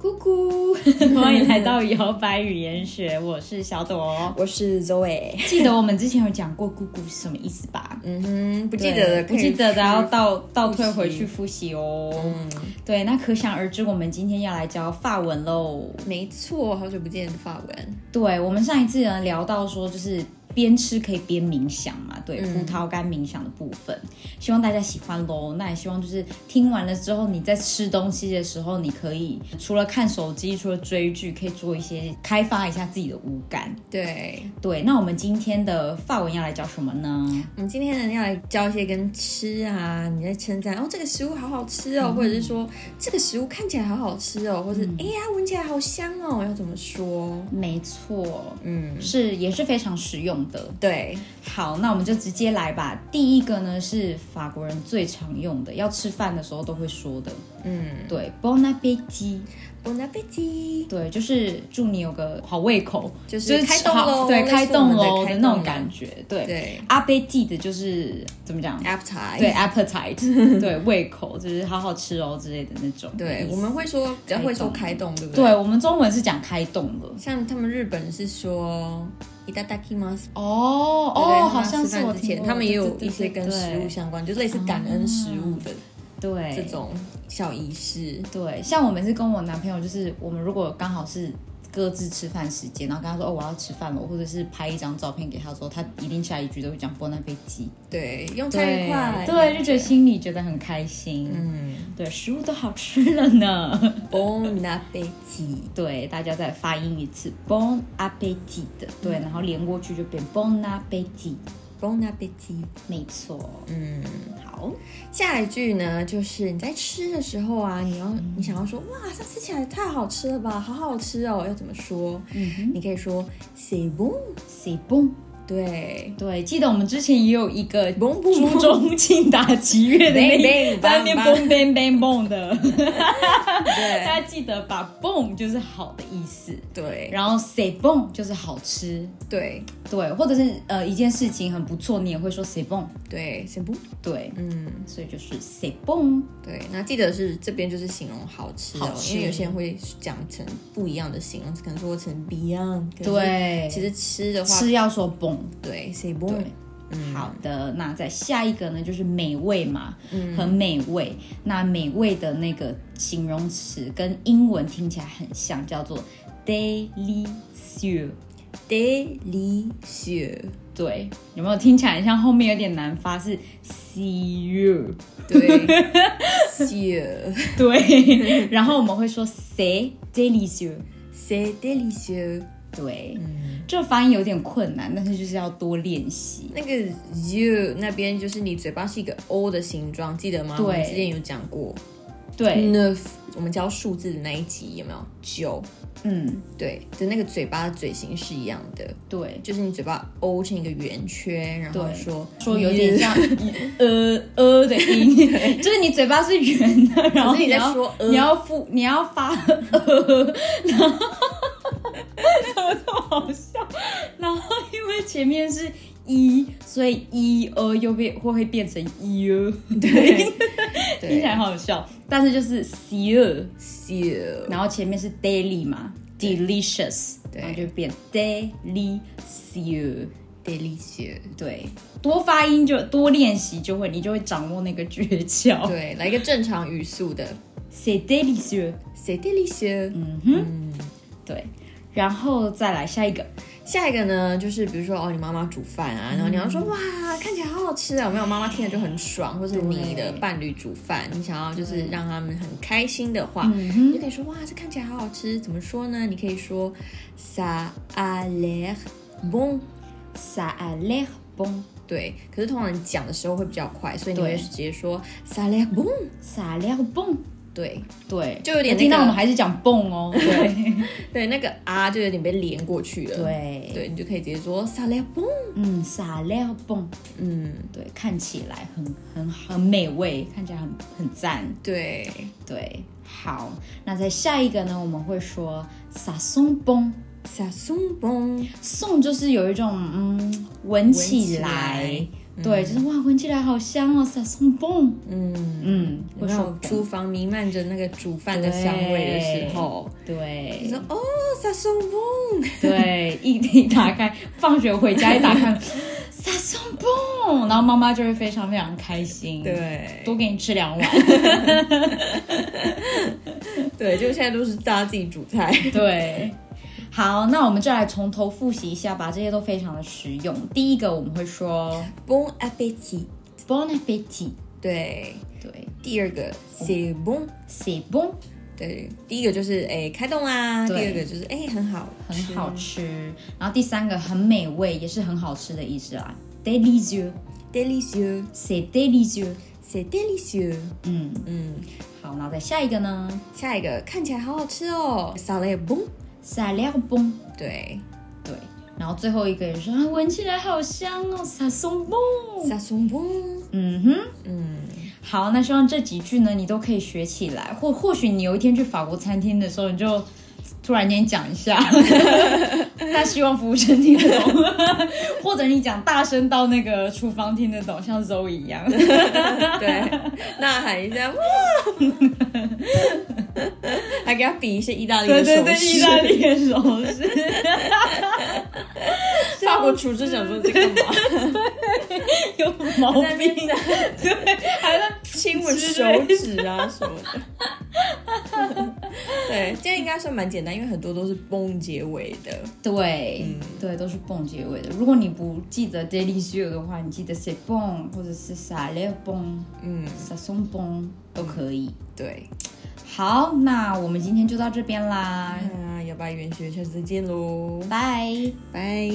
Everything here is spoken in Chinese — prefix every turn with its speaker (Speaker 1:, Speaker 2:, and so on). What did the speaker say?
Speaker 1: 咕，
Speaker 2: 欢迎来到摇摆语言学，我是小朵。
Speaker 1: 我是周伟。
Speaker 2: 记得我们之前有讲过“咕咕”是什么意思吧？
Speaker 1: 嗯哼，不
Speaker 2: 不
Speaker 1: 记得的，
Speaker 2: 不记得的要
Speaker 1: 到。
Speaker 2: 倒倒退回去复习哦。
Speaker 1: 嗯
Speaker 2: 对，那可想而知，我们今天要来教法文喽。
Speaker 1: 没错，好久不见的法文。
Speaker 2: 对，我们上一次呢聊到说，就是边吃可以边冥想嘛，对，
Speaker 1: 嗯
Speaker 2: 葡萄干冥想的部分，希望大家喜欢喽。那也希望就是听完了之后，你在吃东西的时候，你可以除了看手机，除了追剧，可以做一些开发一下自己的五感。
Speaker 1: 对，
Speaker 2: 对，那我们今天的法文要来教什么呢？
Speaker 1: 我们今天呢要来教一些跟吃啊，你在称赞哦，这个食物好好吃哦，或者是说这个食物看起来好好吃哦，或者哎呀闻起来好香哦，要怎么说？
Speaker 2: 没错，
Speaker 1: 嗯，
Speaker 2: 是也是非常实用的。
Speaker 1: 对，
Speaker 2: 好，那我们就直接来吧。第一个呢是法国人最常用的，要吃饭的时候都会说的，
Speaker 1: 嗯
Speaker 2: 对，bon appétit。
Speaker 1: ，Bon appétit，
Speaker 2: 对，就是祝你有个好胃口，
Speaker 1: 就
Speaker 2: 就是是
Speaker 1: 开动喽，
Speaker 2: 好对，开动喽
Speaker 1: 喽
Speaker 2: 的那种感。觉。对，
Speaker 1: 对
Speaker 2: 阿贝蒂的就是怎么讲？
Speaker 1: ，appetite，
Speaker 2: 对，appetite，对， 胃口，就是好好吃哦之类的那种意思。
Speaker 1: 对，我们会说比较会说开动，对不对？
Speaker 2: 对，我们中文是讲开动了。
Speaker 1: 像他们日本是说いただきます，
Speaker 2: 哦
Speaker 1: 对不对
Speaker 2: 哦，好
Speaker 1: 他
Speaker 2: 像
Speaker 1: 们吃
Speaker 2: 是
Speaker 1: 饭
Speaker 2: 我
Speaker 1: 之
Speaker 2: 听
Speaker 1: 前
Speaker 2: 过，
Speaker 1: 他们也有
Speaker 2: 对
Speaker 1: 一些跟食物相关，就类似感恩食物的
Speaker 2: 对对
Speaker 1: 这种小仪式。
Speaker 2: 对，像我每次跟我男朋友，就是我们如果刚好是各自吃饭时间，然后跟他说哦我要吃饭了，或者是拍一张照片给他说，他一定下一句都会讲波那杯鸡，
Speaker 1: 对，用餐愉
Speaker 2: 对
Speaker 1: 快，
Speaker 2: 对，就觉得心里觉得很开心。
Speaker 1: 嗯
Speaker 2: 对，食物都好吃了呢。
Speaker 1: ，Bon appétit，
Speaker 2: 对，大家再发音一次，bon appetit。对，然后连过去就变 bon appetit。
Speaker 1: bon appétit。
Speaker 2: 没错，
Speaker 1: 嗯，
Speaker 2: 好，
Speaker 1: 下一句呢，就是你在吃的时候啊，你要你想要说哇，这吃起来太好吃了吧，好好吃哦，要怎么说？
Speaker 2: 嗯
Speaker 1: 你可以说 c'est bon，
Speaker 2: 哼，c'est bon。
Speaker 1: 对，
Speaker 2: 对，记得我们之前也有一个
Speaker 1: Bon
Speaker 2: 朱中庆打击乐的
Speaker 1: Bang bang
Speaker 2: 那一 在那
Speaker 1: bang
Speaker 2: 边 boom bang bang boom 的，
Speaker 1: 对
Speaker 2: 大家记得把 boom 就是好的意思，
Speaker 1: 对
Speaker 2: 然后 say boom 就是好吃，
Speaker 1: 对
Speaker 2: 对，或者是呃一件事情很不错，你也会说 say boom，
Speaker 1: 对，c'est bon，
Speaker 2: 对，
Speaker 1: 嗯。
Speaker 2: 所以就是 say boom，
Speaker 1: 对，那记得是这边就是形容好吃、哦，
Speaker 2: 好吃
Speaker 1: 因为有些人会讲成不一样的形容词，可能说成 Beyond，可能说
Speaker 2: 对，
Speaker 1: 其实吃的话，
Speaker 2: 吃要说 boom，
Speaker 1: 对 say b o
Speaker 2: 对
Speaker 1: n。嗯，
Speaker 2: 好的，那再下一个呢，就是美味嘛，
Speaker 1: 嗯
Speaker 2: 很美味。那美味的那个形容词跟英文听起来很像，叫做 delicious。
Speaker 1: delicious，
Speaker 2: 对，有没有听起来很像？后面有点难发，是 see you。
Speaker 1: 对 ，delicious，say
Speaker 2: 对，然后我们会说 say delicious。
Speaker 1: delicious，
Speaker 2: 对，
Speaker 1: 嗯，
Speaker 2: 这发音有点困难，但是就是要多练习。
Speaker 1: 那个 you 那边就是你嘴巴是一个 o 的形状，记得吗？
Speaker 2: 对
Speaker 1: 我们之前有讲过
Speaker 2: 对，
Speaker 1: ，neuf，我们教数字的那一集有没有？九，
Speaker 2: 嗯，
Speaker 1: 对的那个嘴巴的嘴型是一样的，
Speaker 2: 对，
Speaker 1: 就是你嘴巴 O 成一个圆圈，然后
Speaker 2: 对
Speaker 1: 说
Speaker 2: 说有点，像呃呃的音，就是你嘴巴是圆的，然后
Speaker 1: 可是你在
Speaker 2: 要
Speaker 1: 说呃
Speaker 2: 你要复你要发呃，然后怎么这么好笑？然后因为前面是一，所以一呃又变会会变成一呃，对，听
Speaker 1: 对
Speaker 2: 起来好好笑，但是就是 c 呃，
Speaker 1: ，seal，
Speaker 2: 然后前面是 daily 嘛，delicious，
Speaker 1: 对
Speaker 2: 然后就变 delicious。
Speaker 1: delicious，
Speaker 2: 对，多发音就多练习，就会你就会掌握那个诀窍。
Speaker 1: 对，来一个正常语速的
Speaker 2: C'est délicieux，
Speaker 1: ，say delicious。
Speaker 2: 嗯哼，对，然后再来下一个，
Speaker 1: 下一个呢，就是比如说哦，你妈妈煮饭啊，然后你要说哇，看起来好好吃啊，有没有？妈妈听了就很爽，或是你的伴侣煮饭，你想要就是让他们很开心的话，你就可以说哇，这看起来好好吃。怎么说呢？你可以说 ça a l'air bon。
Speaker 2: ça a l'air bon，
Speaker 1: 对，可是通常你讲的时候会比较快，所以你
Speaker 2: 对
Speaker 1: 会直接说 ça a l'air bon。
Speaker 2: ça a l'air bon，
Speaker 1: 对
Speaker 2: 对，
Speaker 1: 就有点那个
Speaker 2: 我听到我们还是讲 bon 哦，对
Speaker 1: 对，那个啊就有点被连过去了。
Speaker 2: 对
Speaker 1: 对，你就可以直接说 ça a l'air bon。
Speaker 2: 嗯，ça a l'air bon，
Speaker 1: 嗯，
Speaker 2: 对，看起来很很很美味，看起来很很赞，
Speaker 1: 对，
Speaker 2: 对，好，那在下一个呢，我们会说 ça sent bon。
Speaker 1: ça sent bon。
Speaker 2: 嗯送就是有一种嗯闻起来，
Speaker 1: 闻起来
Speaker 2: 对，就是哇，闻起来好香哦，ça sent bon。
Speaker 1: 嗯，
Speaker 2: 嗯，
Speaker 1: 有
Speaker 2: 会
Speaker 1: 那
Speaker 2: 说
Speaker 1: 种厨房弥漫着那个煮饭的香味的时候，你
Speaker 2: 对
Speaker 1: 说哦，萨松翁，
Speaker 2: 对，一一打开，放学回家一打开，ça sent bon，然后妈妈就会非常非常开心。，
Speaker 1: 对
Speaker 2: 多给你吃两碗。
Speaker 1: 对，就现在都是大家自己煮菜，
Speaker 2: 对，好，那我们就来从头复习一下吧，这些都非常的实用。第一个我们会说
Speaker 1: bon appétit，
Speaker 2: bon appétit，
Speaker 1: 对，
Speaker 2: 对
Speaker 1: 第二个 c'est bon，
Speaker 2: ，c'est bon，
Speaker 1: 对，第一个就是哎开动啦，第
Speaker 2: 对
Speaker 1: 二个就是哎很好，
Speaker 2: 很好吃。然后第三个很美味，也是很好吃的意思啦，délicieux，c'est
Speaker 1: ，délicieux，c'est
Speaker 2: délicieux。
Speaker 1: délicieux，
Speaker 2: 嗯，
Speaker 1: 嗯，
Speaker 2: 好，那再下一个呢
Speaker 1: 下一个看起来好好吃哦，ça a l'air bon，
Speaker 2: ？ça a l'air bon，
Speaker 1: 对
Speaker 2: 对。然后最后一个也是啊，闻起来好香哦，ça sent bon。
Speaker 1: ，ça sent bon，
Speaker 2: 嗯哼。
Speaker 1: 嗯，
Speaker 2: 好，那希望这几句呢，你都可以学起来，或或许你有一天去法国餐厅的时候，你就突然间讲一下，那希望服务生听得懂，或者你讲大声到那个厨房听得懂，像 Zoe 一样。
Speaker 1: 对， 呐喊一下哇， 还给他比一些意大利
Speaker 2: 对
Speaker 1: 的手
Speaker 2: 对
Speaker 1: 势，
Speaker 2: 对，意大利的手势。
Speaker 1: 法国厨师想说这 干嘛？
Speaker 2: 有 毛
Speaker 1: 在那边
Speaker 2: 病，对，还在
Speaker 1: 亲吻手指啊什么的。 对，这样应该算蛮简单，因为很多都是崩结尾的。
Speaker 2: 对、
Speaker 1: 嗯
Speaker 2: 对，都是蹦结尾的。如果你不记得 daily show 的话，你记得 c'est bon 或者是 ça l a i bon、
Speaker 1: 嗯，
Speaker 2: ça sent bon 都可以。
Speaker 1: 对。
Speaker 2: 好，那我们今天就
Speaker 1: 嗯
Speaker 2: 到这边啦，
Speaker 1: 那要不要圆学，下次再见喽，
Speaker 2: 拜。
Speaker 1: 拜。